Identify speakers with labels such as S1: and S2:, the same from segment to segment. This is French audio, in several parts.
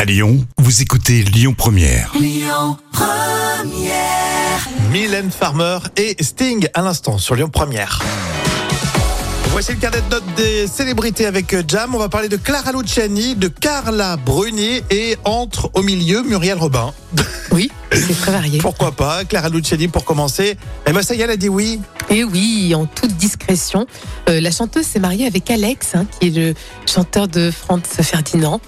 S1: À Lyon, vous écoutez Lyon Première.
S2: Mylène Farmer et Sting à l'instant sur Lyon Première. Voici le carnet de notes des célébrités avec Jam. On va parler de Clara Luciani, de Carla Bruni et entre au milieu Muriel Robin.
S3: Oui, c'est très varié.
S2: Pourquoi pas Clara Luciani pour commencer. Eh ben ça y est, elle a dit oui.
S3: Et oui, en toute discrétion, euh, la chanteuse s'est mariée avec Alex, hein, qui est le chanteur de Franz Ferdinand,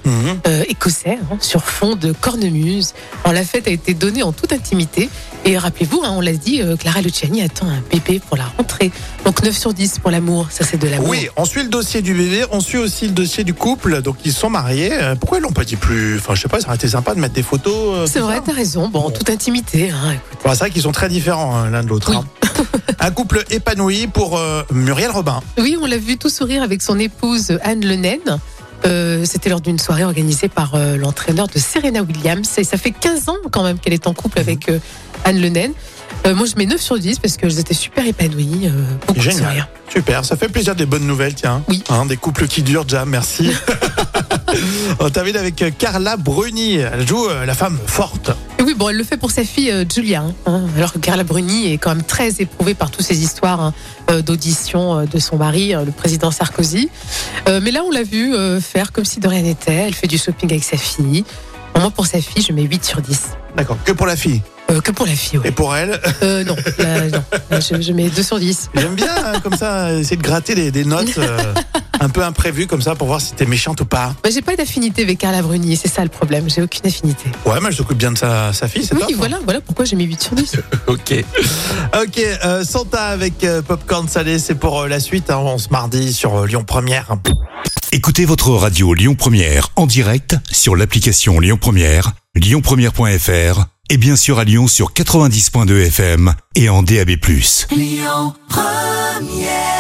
S3: euh, écossais, hein, sur fond de cornemuse. Alors, la fête a été donnée en toute intimité. Et rappelez-vous, hein, on l'a dit, euh, Clara Luciani attend un bébé pour la rentrée. Donc 9 sur 10 pour l'amour, ça c'est de l'amour.
S2: Eh Oui, on suit le dossier du bébé, on suit aussi le dossier du couple. Donc ils sont mariés. Euh, Pourquoi ils l'ont pas dit plus Enfin, je sais pas, ça aurait été sympa de mettre des photos. euh,
S3: C'est
S2: tout
S3: vrai,
S2: ça.
S3: t'as raison. Bon, en toute intimité, hein, écoute.
S2: Bon, c'est vrai qu'ils sont très différents hein, l'un de l'autre.
S3: Oui.
S2: hein. Un couple épanoui pour euh, Muriel Robin.
S3: Oui, on l'a vu tout sourire avec son épouse Anne Le Naine. Euh, C'était lors d'une soirée organisée par euh, l'entraîneur de Serena Williams. Et ça fait 15 ans quand même qu'elle est en couple avec euh, Anne Le Naine. Euh, moi, je mets 9 sur 10 parce que j'étais super épanouie. euh, beaucoup de
S2: Génial.
S3: sourires.
S2: Super, ça fait plaisir des bonnes nouvelles, tiens.
S3: Oui.
S2: Hein, des couples qui durent, Jam, merci. On termine avec euh, Carla Bruni. Elle joue euh, la femme forte.
S3: Et oui, bon, elle le fait pour sa fille euh, Julia. hein, hein. alors que Carla Bruni est quand même très éprouvée par toutes ces histoires hein, euh, d'audition euh, de son mari, euh, le président Sarkozy. Euh, mais là, on l'a vu euh, faire comme si de rien n'était. Elle fait du shopping avec sa fille. Bon, Moi, pour sa fille, je mets 8 sur 10.
S2: D'accord, que pour la fille.
S3: Euh, que pour la fille,
S2: Et
S3: oui.
S2: pour elle,
S3: Euh, non, là, non. Là, je, je mets 2 sur 10.
S2: j'aime bien, hein, comme ça, essayer de gratter des, des notes euh, un peu imprévues, comme ça, pour voir si t'es méchante ou pas.
S3: Bah, j'ai pas d'affinité avec Carla Bruni, c'est ça le problème, j'ai aucune affinité.
S2: Ouais, mais elle s'occupe bien de sa, sa fille, c'est
S3: Oui,
S2: top.
S3: voilà, voilà pourquoi j'ai mis 8 sur 10.
S2: Ok. Ok, euh, Santa avec euh, Popcorn Salé, c'est pour euh, la suite, hein, on se mardi sur euh, Lyon Première.
S1: Écoutez votre radio Lyon Première en direct sur l'application Lyon Première, lyonpremière.fr et bien sûr à Lyon sur 90.2 FM et en DAB+.
S4: Lyon Première